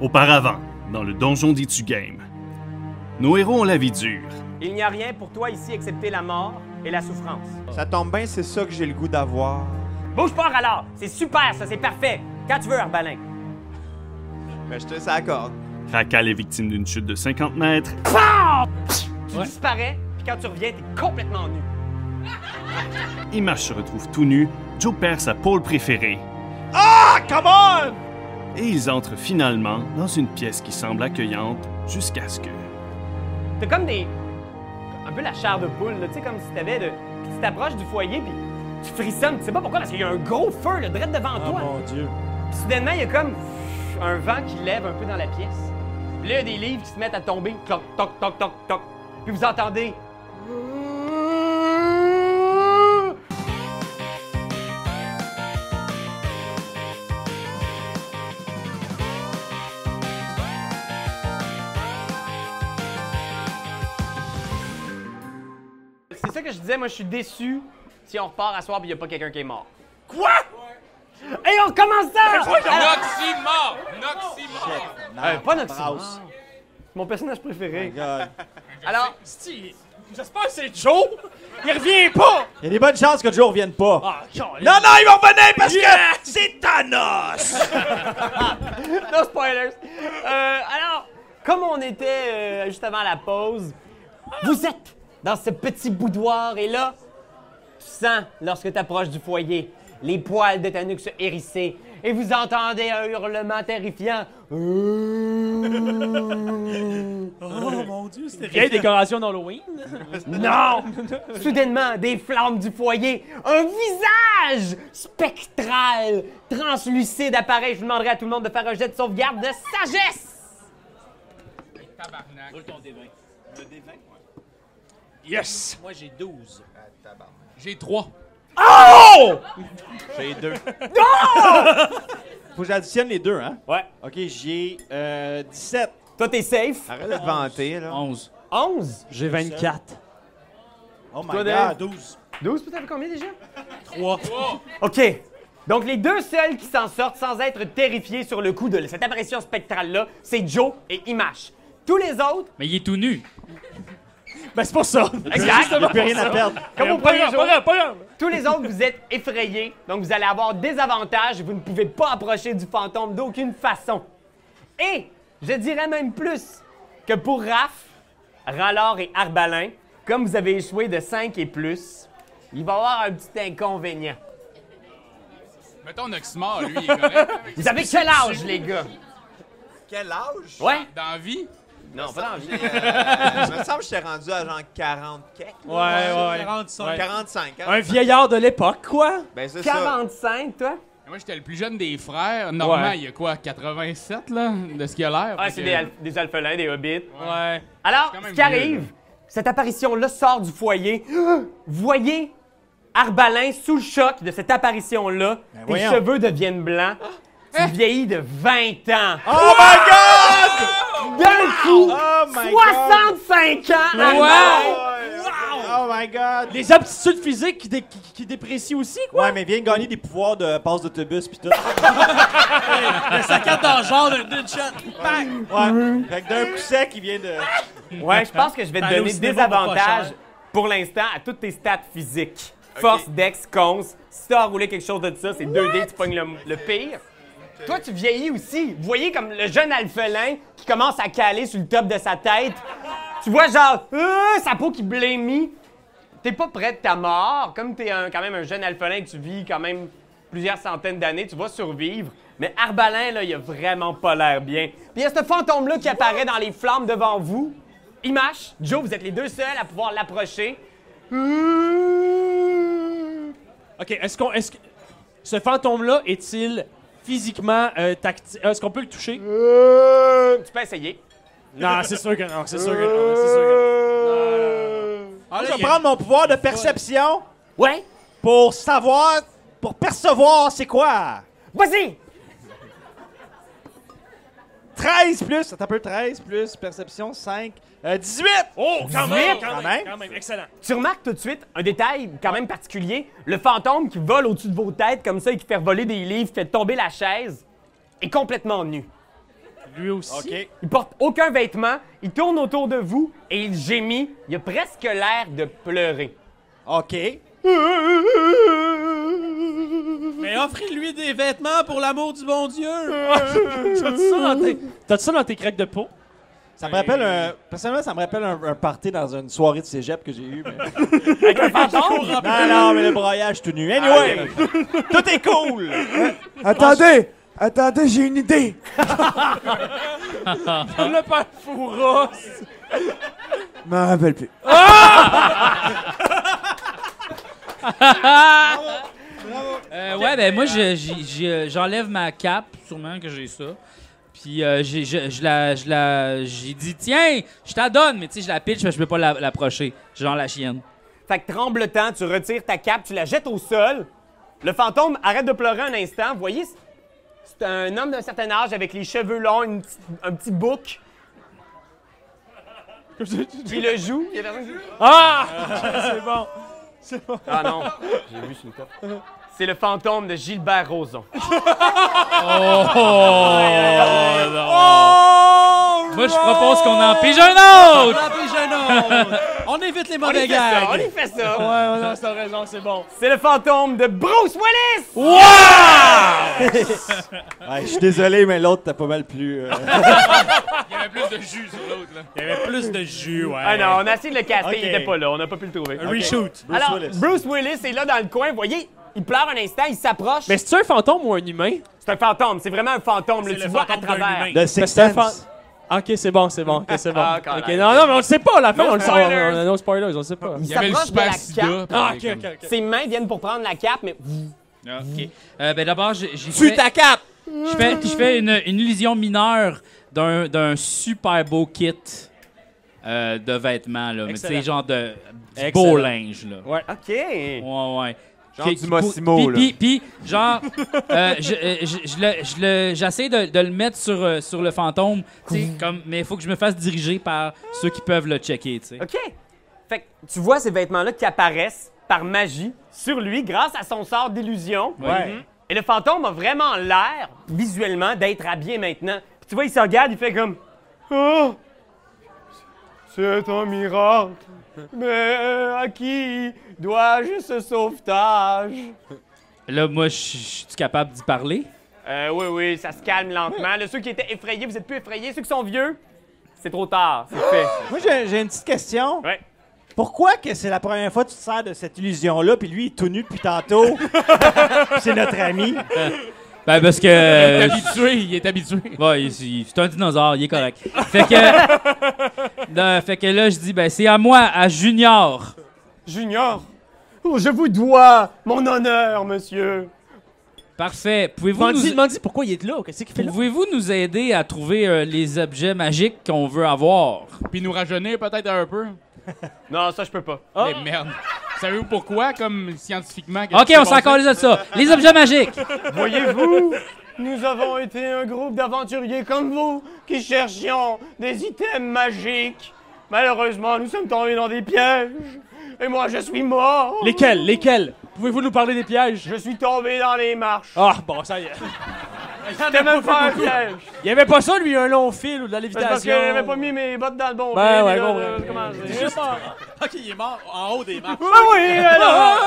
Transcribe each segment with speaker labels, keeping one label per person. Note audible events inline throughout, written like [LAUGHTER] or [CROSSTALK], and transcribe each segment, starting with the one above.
Speaker 1: Auparavant, dans le donjon d'Itu Game, nos héros ont la vie dure.
Speaker 2: Il n'y a rien pour toi ici excepté la mort et la souffrance.
Speaker 3: Ça tombe bien, c'est ça que j'ai le goût d'avoir.
Speaker 2: Bouge pas alors! C'est super, ça, c'est parfait! Quand tu veux, Arbalin.
Speaker 3: Mais je te ça accorde.
Speaker 1: Rakal est victime d'une chute de 50 mètres.
Speaker 2: Tu disparais, puis quand tu reviens, t'es complètement nu.
Speaker 1: Image se retrouve tout nu. Joe perd sa pôle préférée.
Speaker 3: Ah, come on!
Speaker 1: Et ils entrent finalement dans une pièce qui semble accueillante jusqu'à ce que.
Speaker 2: T'as comme des. Un peu la chair de poule, là, tu sais, comme si t'avais de. Puis tu t'approches du foyer, puis tu frissonnes. Tu sais pas pourquoi, parce qu'il y a un gros feu, le direct devant
Speaker 3: Ah
Speaker 4: Oh
Speaker 2: toi.
Speaker 4: mon dieu.
Speaker 2: Puis soudainement, il y a comme un vent qui lève un peu dans la pièce. Puis là, il y a des livres qui se mettent à tomber. Toc, toc, toc, toc, toc. Puis vous entendez. C'est ça que je disais, moi je suis déçu si on repart à soir et il n'y a pas quelqu'un qui est mort. Ben, Quoi? Et on commence ça! Alors-
Speaker 5: Noxymore! Noxymore!
Speaker 2: Euh, pas Noxymore.
Speaker 3: Brasse.
Speaker 2: Mon personnage préféré.
Speaker 3: God.
Speaker 2: Alors,
Speaker 5: Sti, J'espère que c'est Joe! Il revient pas!
Speaker 4: Il y a des bonnes chances que Joe revienne pas.
Speaker 5: Ah,
Speaker 3: Non, non, ils vont revenir parce que c'est Thanos!
Speaker 2: [LAUGHS] no spoilers. Euh, alors, comme on était euh, juste avant la pause, vous êtes dans ce petit boudoir et là, tu sens, lorsque tu approches du foyer, les poils de ta nuque se hérisser et vous entendez un hurlement terrifiant. Euh,
Speaker 4: Oh mon dieu, c'était
Speaker 5: Vieille décoration d'Halloween!
Speaker 2: Non! Soudainement, des flammes du foyer, un visage spectral, translucide apparaît. Je vous demanderai à tout le monde de faire un jet de sauvegarde de sagesse!
Speaker 5: Tabarnak!
Speaker 3: Yes!
Speaker 5: Moi j'ai 12. J'ai 3.
Speaker 3: J'ai deux. Non! Faut que j'additionne les deux, hein?
Speaker 2: Ouais.
Speaker 3: Ok, j'ai euh, 17.
Speaker 2: Toi, t'es safe.
Speaker 3: Arrête de te vanter, là.
Speaker 4: 11.
Speaker 2: 11.
Speaker 4: J'ai 24.
Speaker 3: Oh my
Speaker 2: Toi,
Speaker 3: god,
Speaker 2: Dave?
Speaker 3: 12.
Speaker 2: 12, peut-être combien déjà?
Speaker 4: 3.
Speaker 2: OK. Donc, les deux seuls qui s'en sortent sans être terrifiés sur le coup de cette impression spectrale-là, c'est Joe et Image. Tous les autres,
Speaker 5: Mais il est tout nu!
Speaker 4: Ben c'est pour ça.
Speaker 2: Exact.
Speaker 4: Il n'y a plus rien à perdre.
Speaker 2: comme au
Speaker 5: Pas
Speaker 2: premier
Speaker 5: grave,
Speaker 2: jour,
Speaker 5: pas grave, pas grave!
Speaker 2: Tous les autres, vous êtes effrayés, donc vous allez avoir des avantages. Vous ne pouvez pas approcher du fantôme d'aucune façon. Et je dirais même plus que pour Raph, Rallor et Arbalin, comme vous avez échoué de 5 et plus, il va y avoir un petit inconvénient.
Speaker 5: Mettons Noxymore, lui, il est correct.
Speaker 2: Vous avez quel âge, les gars?
Speaker 3: Quel âge?
Speaker 2: Ouais?
Speaker 5: Dans la vie,
Speaker 2: Non, pas
Speaker 3: [LAUGHS]
Speaker 2: d'âge.
Speaker 3: Il me semble que j'étais rendu à genre 40 quelques.
Speaker 4: Ouais, ouais.
Speaker 6: 45.
Speaker 3: 45, hein?
Speaker 4: Un vieillard de l'époque, quoi.
Speaker 3: Ben, c'est ça.
Speaker 2: 45, toi?
Speaker 5: moi j'étais le plus jeune des frères. Normand,
Speaker 4: Ouais.
Speaker 5: il y a quoi, 87 là? De ce qu'il a l'air?
Speaker 2: Ah,
Speaker 5: Fait
Speaker 2: c'est
Speaker 5: que-
Speaker 2: des, al- des alphelins, des hobbits.
Speaker 4: Ben, Ouais.
Speaker 2: Alors,
Speaker 5: C'est quand
Speaker 2: ce
Speaker 5: même
Speaker 2: qui
Speaker 5: vieux,
Speaker 2: arrive, cette apparition-là sort du foyer. [GASPS] Voyez Arbalin sous le choc de cette apparition-là. Tes
Speaker 4: voyons.
Speaker 2: cheveux deviennent blancs. Tu vieillis de 20 ans.
Speaker 3: Oh my god!
Speaker 2: D'un coup,
Speaker 3: Oh my
Speaker 2: 65 ans! Arbalin!
Speaker 3: god! Oh my god!
Speaker 4: Les aptitudes physiques qui, dé- qui- qui déprécient aussi, quoi.
Speaker 3: Ouais, mais viens de gagner des pouvoirs de passe d'autobus
Speaker 6: [LAUGHS]
Speaker 3: pis tout.
Speaker 6: Ça capte dans le genre de- d'une shot. Ah,
Speaker 3: Ouais. Fait que d'un coup sec, il vient de.
Speaker 2: [LAUGHS] Ouais, je pense que je vais te
Speaker 6: Aller au
Speaker 2: donner des
Speaker 6: cinéma pour pas
Speaker 2: avantages
Speaker 6: cher.
Speaker 2: pour l'instant à toutes tes stats physiques. Force, dex, cons. Si t'as roulé quelque chose de ça, c'est 2D, tu pognes le, le pire. Toi, tu vieillis aussi. Vous voyez comme le jeune alphelin qui commence à caler sur le top de sa tête. Tu vois genre euh, sa peau qui blémit. T'es pas près de ta mort. Comme t'es un- quand même un jeune alphelin, tu vis quand même plusieurs centaines d'années, tu vas survivre. Mais Arbalin, là, il a vraiment pas l'air bien. Puis il y a ce fantôme-là qui apparaît dans les flammes devant vous. Image, Joe, vous êtes les deux seuls à pouvoir l'approcher.
Speaker 4: Ok, est-ce qu'on. Est-ce que. Ce fantôme-là est-il physiquement tactile? Est-ce qu'on peut le toucher?
Speaker 2: Tu peux essayer.
Speaker 4: Non, c'est sûr que non. C'est sûr que non. C'est sûr que
Speaker 6: Ah, là,
Speaker 3: Je vais
Speaker 6: il y a-
Speaker 3: prendre mon pouvoir de perception
Speaker 2: Ouais?
Speaker 3: pour savoir, pour percevoir c'est quoi.
Speaker 2: Vas-y!
Speaker 3: 13 plus, attends un peu, 13 plus, perception 5, euh, 18!
Speaker 4: Oh, quand même, quand même,
Speaker 3: Quand
Speaker 4: quand même, excellent.
Speaker 2: Tu remarques tout de suite un détail quand même particulier. Le fantôme qui vole au-dessus de vos têtes comme ça et qui fait voler des livres, qui fait tomber la chaise, est complètement nu.
Speaker 5: Lui aussi.
Speaker 7: OK.
Speaker 2: Il porte aucun vêtement, il tourne autour de vous et il gémit. Il a presque l'air de pleurer.
Speaker 3: OK.
Speaker 6: Mais offrez-lui des vêtements pour l'amour du bon Dieu!
Speaker 5: T'as-tu ça dans tes- T'as-tu ça dans tes craques de peau?
Speaker 3: Ça me rappelle un. Personnellement, ça me rappelle un, un party dans une soirée de cégep que j'ai eu. Mais...
Speaker 2: Avec [LAUGHS] un fantôme?
Speaker 3: non, non, mais le broyage tout nu. Anyway, tout est cool.
Speaker 8: Euh, Attendez! Attendez, j'ai une idée!
Speaker 7: Le père Fouras.
Speaker 8: Je m'en rappelle plus.
Speaker 6: Euh, ouais, ben moi, je- j'ai- j'ai- j'enlève ma cape, sûrement que j'ai ça. Puis euh, j'ai- je, je la, je la, j'ai dit, tiens, je t'adonne, mais tu sais, je la pitch, mais je peux pas la- l'approcher. Genre la chienne.
Speaker 2: Fait que tremblotant, tu retires ta cape, tu la jettes au sol. Le fantôme arrête de pleurer un instant. Vous voyez, c'est- c'est un homme d'un certain âge avec les cheveux longs, une petite- un petit bouc. Puis le joue. Il y a personne qui-
Speaker 5: Ah! C'est bon.
Speaker 2: Ah non, j'ai vu sur le top. C'est le fantôme de Gilbert Rozon.
Speaker 6: Moi, je propose qu'on en pige un autre!
Speaker 7: On évite les
Speaker 5: Ah, ben,
Speaker 2: On y
Speaker 7: mauvais
Speaker 2: fait ça, on
Speaker 7: gags.
Speaker 2: y fait ça.
Speaker 5: Ouais, non, c'est raison, c'est bon.
Speaker 2: C'est le fantôme de Bruce Willis!
Speaker 3: Ouais, je suis désolé, mais l'autre, t'as pas mal plus. euh,
Speaker 7: Il y avait plus de jus sur l'autre, là.
Speaker 5: Il y avait plus de jus, ouais.
Speaker 2: Ah non, on a essayé de le caster,
Speaker 3: Ok.
Speaker 2: il était pas là, on n'a pas pu le trouver.
Speaker 5: Reshoot.
Speaker 3: Bruce
Speaker 2: Alors,
Speaker 3: Willis.
Speaker 2: Bruce Willis est là dans le coin, vous voyez, il pleure un instant, il s'approche.
Speaker 5: Mais c'est-tu un fantôme ou un humain?
Speaker 2: C'est un fantôme, c'est vraiment un fantôme, là,
Speaker 6: C'est
Speaker 2: tu
Speaker 6: le
Speaker 2: vois à
Speaker 6: fantôme d'un
Speaker 2: travers.
Speaker 6: humain.
Speaker 3: De Sixth
Speaker 5: Parce que
Speaker 3: Sense.
Speaker 5: fan- Ok, c'est bon, c'est bon, ok, c'est [LAUGHS] bon.
Speaker 2: Ah, quand
Speaker 5: Ok,
Speaker 2: même.
Speaker 5: non, non, mais on le sait pas, à la fin,
Speaker 2: No
Speaker 5: on le sait.
Speaker 2: spoilers.
Speaker 5: On, on- no spoilers, on le sait pas.
Speaker 2: Il
Speaker 7: Il y avait le
Speaker 2: s'approche de la
Speaker 7: super
Speaker 2: cape.
Speaker 7: sida.
Speaker 5: Ah, ok, ok, ok.
Speaker 2: Ses mains viennent pour prendre la cape, mais
Speaker 6: OK. Euh, ben d'abord, j'ai j'ai
Speaker 7: Tu
Speaker 6: fait,
Speaker 7: ta cape!
Speaker 6: je fais, je fais une, une illusion mineure d'un d'un super beau kit euh, de vêtements, là. Mais tu sais,
Speaker 5: Excellent.
Speaker 6: genre de du
Speaker 5: Excellent.
Speaker 6: beau linge, là.
Speaker 2: OK.
Speaker 6: Ouais, ouais.
Speaker 8: Genre
Speaker 6: Qui-
Speaker 8: du
Speaker 6: qui-
Speaker 8: Massimo,
Speaker 6: puis-
Speaker 8: là.
Speaker 6: Puis, puis, genre, euh, je- euh, je- je le- je le- j'essaie de, de le mettre sur, euh, sur le fantôme, tu sais, comme, mais il faut que je me fasse diriger par ceux qui peuvent le checker, tu sais.
Speaker 2: OK. Fait que tu vois ces vêtements-là qui apparaissent par magie sur lui grâce à son sort d'illusion. Mm-hmm.
Speaker 6: Ouais.
Speaker 2: Et le fantôme a vraiment l'air, visuellement, d'être habillé maintenant. Puis tu vois, il se regarde, il fait comme Oh C'est un miracle. Mais euh, à qui dois-je ce sauvetage?
Speaker 6: Là, moi, je je suis capable d'y parler.
Speaker 2: Euh, oui, oui, ça se calme lentement. Là, ceux qui étaient effrayés, vous êtes plus effrayés. Ceux qui sont vieux, c'est trop tard. C'est fait.
Speaker 3: Moi, j'ai j'ai une petite question.
Speaker 2: Ouais.
Speaker 3: Pourquoi que c'est la première fois que tu te sers de cette illusion-là, puis lui, il est tout nu depuis tantôt? Puis [LAUGHS] c'est notre ami.
Speaker 6: Ben,
Speaker 8: [LAUGHS]
Speaker 6: parce que.
Speaker 7: Il
Speaker 6: euh,
Speaker 7: est habitué, il est habitué.
Speaker 6: Ouais, il- il- c'est un dinosaure, il est correct. Fait que. Non, fait que là, je dis, ben, c'est à moi, à Junior.
Speaker 2: [GASPS] Junior, oh, je vous dois mon honneur, monsieur.
Speaker 6: Parfait. Pouvez-vous
Speaker 5: Mandy,
Speaker 6: nous,
Speaker 5: Mandy, pourquoi il est là? Qu'est-ce qu'il fait là?
Speaker 6: pouvez-vous nous aider à trouver euh, les objets magiques qu'on veut avoir?
Speaker 7: Puis nous rajeunir peut-être un peu.
Speaker 2: Non, ça, je peux pas.
Speaker 7: Mais merde. Savez-vous pourquoi, comme scientifiquement? qu'est-ce
Speaker 6: Ok,
Speaker 7: qui s'est
Speaker 6: on s'en
Speaker 7: passé?
Speaker 6: calisse de ça. Les objets magiques.
Speaker 2: [LAUGHS] Voyez-vous, nous avons été un groupe d'aventuriers comme vous qui cherchions des items magiques. Malheureusement, nous sommes tombés dans des pièges. Et moi, je suis mort.
Speaker 5: Lesquels? Lesquels? Pouvez-vous nous parler des pièges?
Speaker 2: Je suis tombé dans les marches.
Speaker 5: Ah, bon, ça y est.
Speaker 2: C'était même pas un piège.
Speaker 5: Il y avait pas ça, lui, un long fil ou de la
Speaker 2: C'est parce que
Speaker 5: lévitation.
Speaker 2: j'avais pas mis mes bottes dans le bon
Speaker 5: Ben
Speaker 2: pied,
Speaker 5: ouais,
Speaker 2: là,
Speaker 5: bon,
Speaker 2: là,
Speaker 5: ouais.
Speaker 2: comment c'est?
Speaker 5: [LAUGHS]
Speaker 6: Ok, il est mort en haut des marches.
Speaker 2: Ben oui, alors.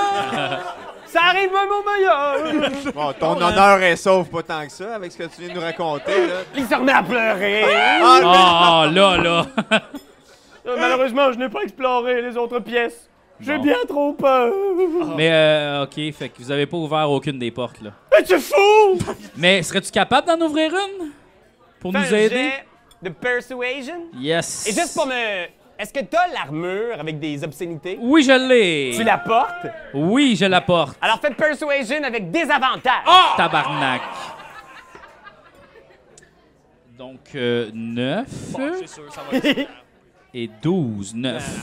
Speaker 2: Ça arrive même au
Speaker 5: [LAUGHS]
Speaker 2: meilleur.
Speaker 8: Bon, ton
Speaker 2: hein.
Speaker 8: honneur est sauf pas tant que ça avec ce que tu viens de nous raconter. Là.
Speaker 2: Il se remet à pleurer.
Speaker 6: Ah,
Speaker 2: [LAUGHS]
Speaker 6: là, là.
Speaker 2: Euh, Malheureusement, je n'ai pas exploré les autres pièces. J'ai bien trop peur.
Speaker 6: Mais, euh, ok, fait que vous avez pas ouvert aucune des portes, là.
Speaker 2: Mais tu es fou!
Speaker 6: Mais serais-tu capable d'en ouvrir une? Pour nous aider?
Speaker 2: de persuasion.
Speaker 6: Yes.
Speaker 2: Et juste pour me... Est-ce que t'as l'armure avec des obscénités?
Speaker 6: Oui, je l'ai.
Speaker 2: Tu la portes?
Speaker 6: Oui, je la porte.
Speaker 2: Alors fais persuasion avec des avantages.
Speaker 6: Ah! Tabarnak. Donc, 9 [LAUGHS] et 12. 9.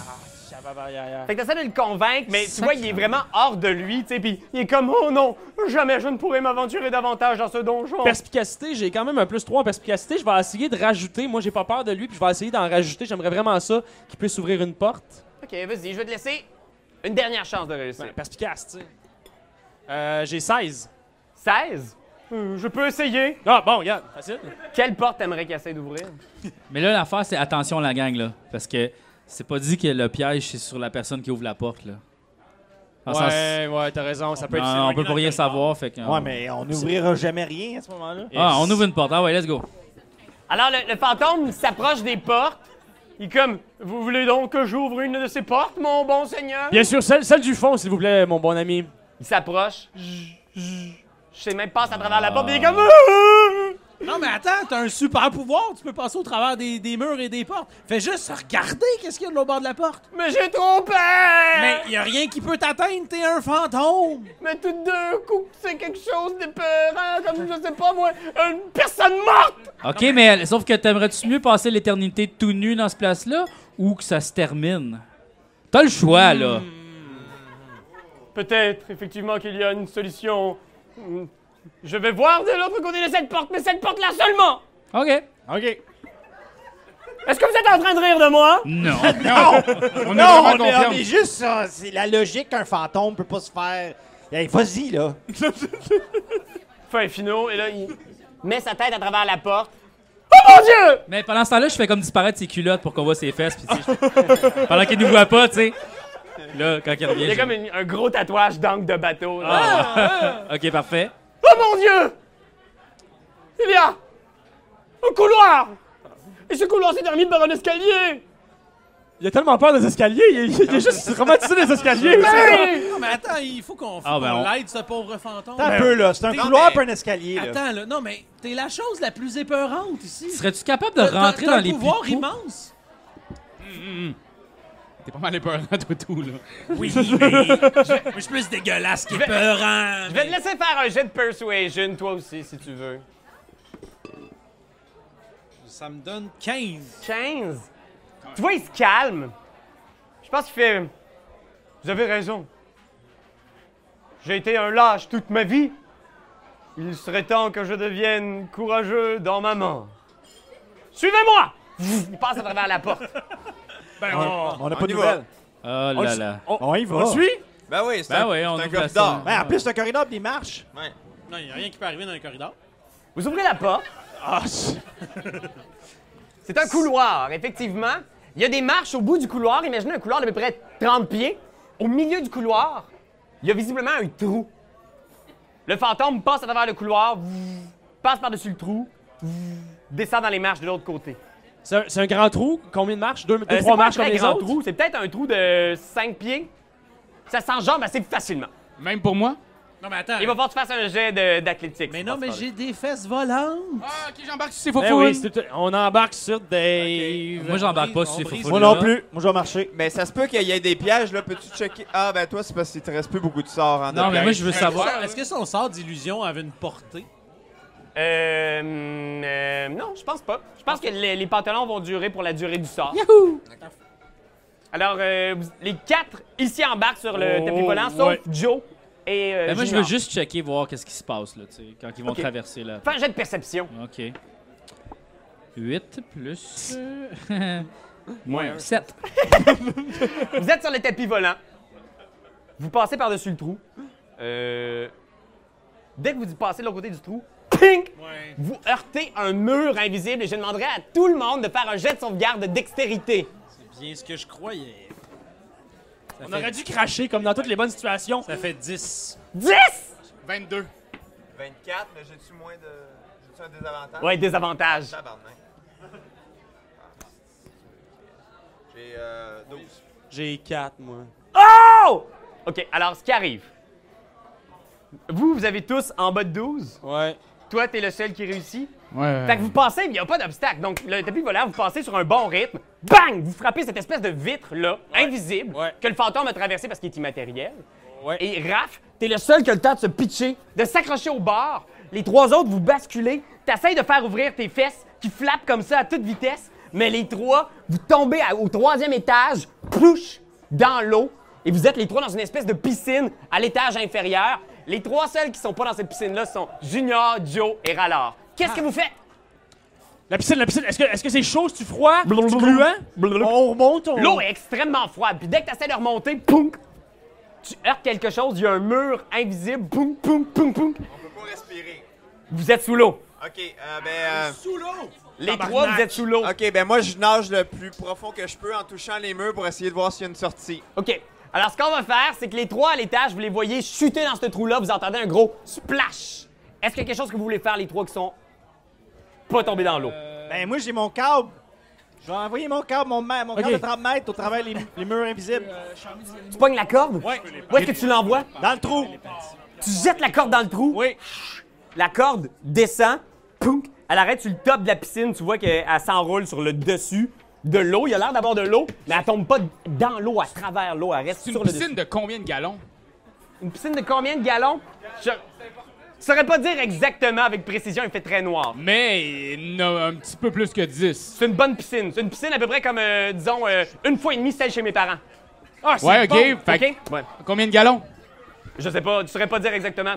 Speaker 2: Fait que t'essaies de le convaincre, mais tu vois, il est vraiment hors de lui, tu sais, puis il est comme, oh non, jamais je ne pourrai m'aventurer davantage dans ce donjon.
Speaker 5: Perspicacité, j'ai quand même un plus 3 en perspicacité. Je vais essayer de rajouter. Moi, j'ai pas peur de lui, puis je vais essayer d'en rajouter. J'aimerais vraiment ça qu'il puisse ouvrir une porte.
Speaker 2: ok, vas-y, je vais te laisser une dernière chance de réussir.
Speaker 5: Perspicace, tu sais. Euh, j'ai 16.
Speaker 2: 16? Euh, je peux essayer.
Speaker 4: Ah, bon, regarde, facile.
Speaker 2: Quelle porte t'aimerais qu'il essaie d'ouvrir?
Speaker 6: Mais là, l'affaire, c'est attention, la gang, là. Parce que c'est pas dit que le piège, c'est sur la personne qui ouvre la porte, là. Dans le sens-
Speaker 5: Ouais, ouais, t'as raison, ça peut être.
Speaker 6: Non, non, on peut pas rien savoir, fait que.
Speaker 3: Ouais, mais on n'ouvrira jamais rien à ce moment-là.
Speaker 6: Ah, on ouvre une porte. Ah ouais, let's go.
Speaker 2: Alors, le, le fantôme s'approche des portes. Il est comme, vous voulez donc que j'ouvre une de ces portes, mon bon seigneur?
Speaker 5: Bien sûr, celle, celle du fond, s'il vous plaît, mon bon ami.
Speaker 2: Il s'approche. Je sais même passe à travers la porte. Il est comme, Ah!
Speaker 9: Non, mais attends, t'as un super pouvoir. Tu peux passer au travers des, des murs et des portes. Fais juste regarder qu'est-ce qu'il y a de l'autre bord de la porte.
Speaker 2: [LAUGHS] mais j'ai trop peur!
Speaker 9: Mais y a rien qui peut t'atteindre, t'es un fantôme.
Speaker 2: Mais tout d'un coup, c'est quelque chose de peurant, comme je sais pas moi, une personne morte!
Speaker 6: Ok, Ah, mais euh, sauf que t'aimerais-tu mieux passer l'éternité tout nu dans ce place-là ou que ça se termine? T'as le choix, là.
Speaker 2: Peut-être, effectivement, qu'il y a une solution. Hmm. Je vais voir de l'autre côté de cette porte, mais cette porte-là seulement!
Speaker 6: Ok.
Speaker 5: Ok.
Speaker 2: Est-ce que vous êtes en train de rire de moi?
Speaker 6: Non.
Speaker 5: On
Speaker 3: Non,
Speaker 5: vraiment
Speaker 3: on est, on
Speaker 5: confiance.
Speaker 3: est juste ça. C'est la logique qu'un fantôme peut pas se faire. Hey, vas-y, là.
Speaker 2: Fin finot, et là, il met sa tête à travers la porte. Oh mon Dieu!
Speaker 6: mais pendant ce temps-là, je fais comme disparaître ses culottes pour qu'on voit ses fesses. Puis, tu sais, je- pendant qu'il nous voit pas, tu sais. Là, quand il revient.
Speaker 2: Il y a
Speaker 6: je-
Speaker 2: comme une- un gros tatouage d'angle de bateau. là.
Speaker 6: Ah. ok, parfait.
Speaker 2: Oh mon Dieu! Il y a un couloir! Et ce couloir se termine par un escalier!
Speaker 5: Il a tellement peur des escaliers, il, il- il est juste traumatisé des escaliers.
Speaker 2: Hey!
Speaker 9: Non, mais attends, il faut qu'on faut
Speaker 6: Ah, ben,
Speaker 9: qu'on
Speaker 6: on-
Speaker 9: l'aide, ce pauvre fantôme.
Speaker 3: Attends un peu, là. C'est un
Speaker 9: Non,
Speaker 3: couloir
Speaker 9: mais-
Speaker 3: pour un escalier, là.
Speaker 9: Attends, là. Non, mais t'es la chose la plus épeurante ici.
Speaker 6: Serais-tu capable de
Speaker 9: T'as- t'as-
Speaker 6: rentrer
Speaker 9: t'as
Speaker 6: dans
Speaker 9: un
Speaker 6: les
Speaker 9: pouvoir
Speaker 6: pipeaux?
Speaker 9: immense.
Speaker 6: T'es pas mal épeurant, toi, tout, là.
Speaker 9: Oui, mais je suis plus dégueulasse qu'épeurant.
Speaker 2: Je vais te laisser faire un jet de persuasion, toi aussi, si tu veux.
Speaker 9: Ça me donne 15.
Speaker 2: 15? Tu vois, il se calme. Je pense qu'il fait. Vous avez raison. J'ai été un lâche toute ma vie. Il serait temps que je devienne courageux dans ma mort. Suivez-moi! Il passe à travers la porte.
Speaker 5: Ben, on,
Speaker 3: On n'a
Speaker 10: On
Speaker 3: pas de
Speaker 10: y
Speaker 3: nouvelles.
Speaker 6: Oh là là.
Speaker 5: on-
Speaker 3: On y va.
Speaker 5: on suit?
Speaker 10: Ben oui, c'est
Speaker 6: Ben
Speaker 10: un, c'est
Speaker 6: oui, on
Speaker 10: un
Speaker 6: ouvre la
Speaker 10: corridor.
Speaker 6: salle.
Speaker 3: Ben, en plus, c'est un corridor pis des marches.
Speaker 9: Non, il n'y a rien qui peut arriver dans le corridor.
Speaker 2: Vous ouvrez la porte.
Speaker 5: Ah, c'est-
Speaker 2: [LAUGHS] C'est un couloir, effectivement. Il y a des marches au bout du couloir. Imaginez un couloir d'à peu près 30 pieds. Au milieu du couloir, il y a visiblement un trou. Le fantôme passe à travers le couloir, passe par-dessus le trou, descend dans les marches de l'autre côté.
Speaker 5: c'est un, c'est un grand trou, combien de marches? Deux, deux,
Speaker 2: Euh, c'est
Speaker 5: trois
Speaker 2: pas un
Speaker 5: marches
Speaker 2: très
Speaker 5: comme les
Speaker 2: grand
Speaker 5: autres?
Speaker 2: trou, c'est peut-être un trou de 5 pieds. Ça s'enjambe assez facilement.
Speaker 6: Même pour moi?
Speaker 9: Non, mais attends.
Speaker 2: Il va falloir que tu fasses un jet de- d'athlétique.
Speaker 9: Mais non, mais j'ai des fesses volantes.
Speaker 6: Ah, ok, j'embarque sur ces faux
Speaker 5: Ben oui, c'est tout- on embarque sur des...
Speaker 6: Moi, j'embarque pas sur ces
Speaker 9: On
Speaker 6: faux
Speaker 9: brise-
Speaker 3: Moi non plus. Moi, je vais marcher.
Speaker 10: Mais ça se peut qu'il y ait des pièges, là. Peux-tu checker? Ah, ben toi, c'est parce qu'il te reste plus beaucoup de sorts en
Speaker 6: Non, mais moi, je veux
Speaker 9: Est-ce que
Speaker 6: savoir.
Speaker 9: ça- Est-ce que son sort d'illusion avait une portée?
Speaker 2: Euh, hum, euh, non, je pense pas. Je pense que les, les pantalons vont durer pour la durée du sort. Alors, euh, vous- les quatre ici embarquent sur le
Speaker 5: Oh,
Speaker 2: tapis volant, sauf
Speaker 5: ouais.
Speaker 2: Joe et euh,
Speaker 6: Ben, moi, je veux
Speaker 2: Junior.
Speaker 6: juste checker, voir qu'est-ce qui se passe, là, tu sais, quand ils vont
Speaker 2: Ok.
Speaker 6: traverser, là.
Speaker 2: Fais un jet de perception.
Speaker 6: Ok. 8 plus. Moins 7.
Speaker 2: Vous êtes sur le tapis volant. Vous passez par-dessus le trou. Euh, dès que vous y passez de l'autre côté du trou, ping! Vous heurtez un mur invisible et je demanderai à tout le monde de faire un jet de sauvegarde de dextérité.
Speaker 9: Bien ce que je croyais.
Speaker 5: On aurait dû cracher comme dans toutes les bonnes situations.
Speaker 9: Ça fait 10.
Speaker 2: 10!
Speaker 5: 22.
Speaker 10: 24, mais j'ai-tu moins de. J'ai-tu un désavantage?
Speaker 2: Ouais, désavantage.
Speaker 10: Tabarnak. J'ai euh, 12.
Speaker 5: J'ai 4, moi.
Speaker 2: Oh! OK, alors ce qui arrive. Vous, vous avez tous en bas de 12.
Speaker 5: Ouais.
Speaker 2: Toi, t'es le seul qui réussit.
Speaker 7: Euh.
Speaker 6: Ouais.
Speaker 2: Fait que vous passez, il n'y a pas d'obstacle. Donc, le tapis volant, vous passez sur un bon rythme. Bang! Vous frappez cette espèce de vitre-là, invisible,
Speaker 5: Ouais.
Speaker 2: que le fantôme a traversé parce qu'il est immatériel.
Speaker 5: Ouais.
Speaker 2: Et Raph, t'es le seul qui a le temps de se pitcher, de s'accrocher au bord. Les trois autres, vous basculez. T'essayes de faire ouvrir tes fesses qui flappent comme ça à toute vitesse. Mais les trois, vous tombez à- au troisième étage, plouche, dans l'eau. Et vous êtes les trois dans une espèce de piscine à l'étage inférieur. Les trois seuls qui sont pas dans cette piscine-là sont Junior, Joe et Rallor. Qu'est-ce
Speaker 5: Ah.
Speaker 2: que vous faites?
Speaker 5: La piscine, la piscine, est-ce que est-ce que c'est chaud, c'est-tu froid, c'est gluant? On remonte, on...
Speaker 2: L'eau est extrêmement froide. Puis dès que tu essaies de remonter, poum, tu heurtes quelque chose, il y a un mur invisible, poum, poum, poum,
Speaker 10: On
Speaker 2: poum.
Speaker 10: peut pas respirer.
Speaker 2: Vous êtes sous l'eau.
Speaker 10: OK, euh, ben... euh,
Speaker 9: Ah, Sous l'eau!
Speaker 2: Les trois, vous êtes sous l'eau.
Speaker 10: OK, ben moi, je nage le plus profond que je peux en touchant les murs pour essayer de voir s'il y a une sortie.
Speaker 2: OK. Alors, ce qu'on va faire, c'est que les trois à l'étage, vous les voyez chuter dans ce trou-là. Vous entendez un gros splash. Est-ce qu'il y a quelque chose que vous voulez faire, les trois qui sont pas tombés dans l'eau?
Speaker 3: Ben, moi, j'ai mon câble. Je vais envoyer mon câble, mon, ma- mon câble de 30 mètres au travers les, les murs invisibles.
Speaker 2: Tu pognes la corde? Oui. Où est-ce que tu l'envoies?
Speaker 3: Dans le trou.
Speaker 2: Tu jettes la corde dans le trou. Oui. La corde descend. Pounk. Elle arrête sur le top de la piscine. Tu vois qu'elle elle s'enroule sur le dessus de l'eau. Il y a l'air d'avoir de l'eau, mais elle tombe pas dans l'eau, à travers l'eau. Elle reste
Speaker 7: C'est
Speaker 2: sur
Speaker 7: une
Speaker 2: le dessus.
Speaker 7: piscine de combien de gallons?
Speaker 2: Une piscine de combien de gallons? Je... je saurais pas dire exactement avec précision, il fait très noir.
Speaker 7: Mais il y en a un petit peu plus que 10.
Speaker 2: C'est une bonne piscine. C'est une piscine à peu près comme, euh, disons, euh, une fois et demie celle chez mes parents.
Speaker 7: Ouais, Ah, OK. Fait
Speaker 2: OK? Ouais.
Speaker 7: que combien de gallons?
Speaker 2: Je sais pas, tu saurais pas dire exactement.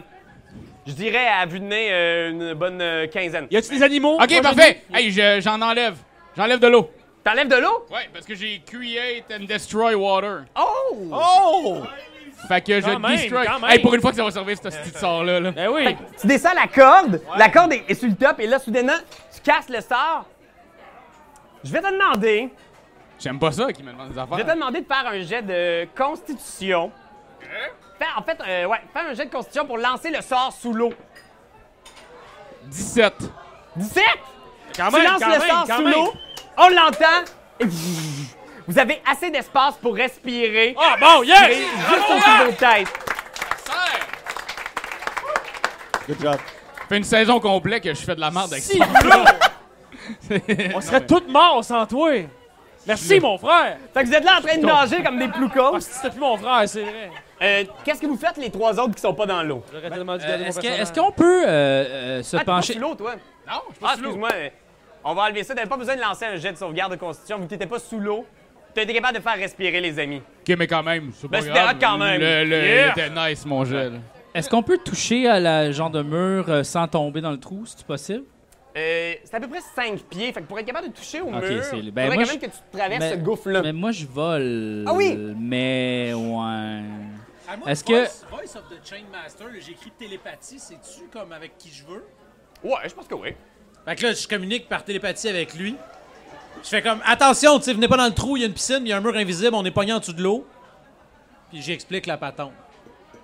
Speaker 2: Je dirais à vue de nez euh, une bonne euh, quinzaine.
Speaker 5: Y a-tu des animaux?
Speaker 7: OK, parfait. Hey, je- j'en enlève. J'enlève de l'eau.
Speaker 2: T'enlèves de l'eau?
Speaker 7: Ouais, parce que j'ai create and destroy water.
Speaker 2: Oh!
Speaker 7: Fait que je
Speaker 5: Quand même,
Speaker 7: destroy.
Speaker 5: quand même.
Speaker 7: Hey, pour une fois que ça va servir, ce petit sort-là. là.
Speaker 5: Ben oui.
Speaker 2: Tu descends la corde, la corde est, est sur le top, et là, soudainement, tu casses le sort. Je vais te demander,
Speaker 7: J'aime pas ça qui me demande des affaires.
Speaker 2: je vais te demander de faire un jet de constitution. Hein? Fais- en fait, euh, ouais, faire un jet de constitution pour lancer le sort sous l'eau.
Speaker 7: 17.
Speaker 2: 17!
Speaker 5: Quand
Speaker 2: Tu lances le sort sous l'eau, on l'entend, et vous avez assez d'espace pour respirer.
Speaker 5: Ah bon,
Speaker 2: et
Speaker 5: yes!
Speaker 2: juste au-dessus de vos têtes.
Speaker 3: Good job.
Speaker 7: Ça fait une saison complète que je fais de la merde avec ça.
Speaker 5: Si, on serait tous morts sans toi. Merci, mon frère.
Speaker 2: Fait que vous êtes là en train de nager comme des
Speaker 5: Ah,
Speaker 2: ploucos.
Speaker 5: si c'était plus mon frère, c'est vrai.
Speaker 2: [LAUGHS] Euh, Qu'est-ce que vous faites, les trois autres qui sont pas dans l'eau?
Speaker 5: J'aurais tellement dû
Speaker 6: Euh,
Speaker 5: garder mon
Speaker 6: Est-ce que-
Speaker 5: personnage.
Speaker 6: est-ce qu'on peut euh, euh, se
Speaker 2: Ah, t'es pas
Speaker 6: pencher.
Speaker 2: sous l'eau, toi?
Speaker 7: Non, je suis
Speaker 2: Ah,
Speaker 7: pas sous l'eau.
Speaker 2: excuse-moi. euh, On va enlever ça. T'avais pas besoin de lancer un jet de sauvegarde de constitution vu que t'étais pas sous l'eau. T'as été capable de faire respirer les amis.
Speaker 7: Ok, mais quand même, c'est pas
Speaker 2: Ben, c'était
Speaker 7: grave.
Speaker 2: hot quand même.
Speaker 7: Le, le-
Speaker 2: Yeah.
Speaker 7: il était nice, mon gel.
Speaker 6: Est-ce qu'on peut toucher à la genre de mur euh, sans tomber dans le trou, si c'est possible?
Speaker 2: Euh, c'est à peu près 5 pieds. Fait que pour être capable de toucher au
Speaker 6: Ok,
Speaker 2: mur,
Speaker 6: c'est- ben,
Speaker 2: faudrait
Speaker 6: moi,
Speaker 2: quand
Speaker 6: je-
Speaker 2: même que tu traverses
Speaker 6: Mais-
Speaker 2: ce gouffre-là.
Speaker 6: Mais moi, je vole.
Speaker 2: Ah oui?
Speaker 6: Mais, ouais.
Speaker 9: À moi,
Speaker 6: Est-ce
Speaker 9: Voice- Voice of the Chainmaster, là, j'écris télépathie, c'est-tu comme avec qui je veux?
Speaker 2: Ouais, je pense que oui.
Speaker 9: Fait que là, je communique par télépathie avec lui. Je fais comme, attention, tu sais, venez pas dans le trou, il y a une piscine, il y a un mur invisible, on est pogné en dessous de l'eau. Puis j'explique la patente.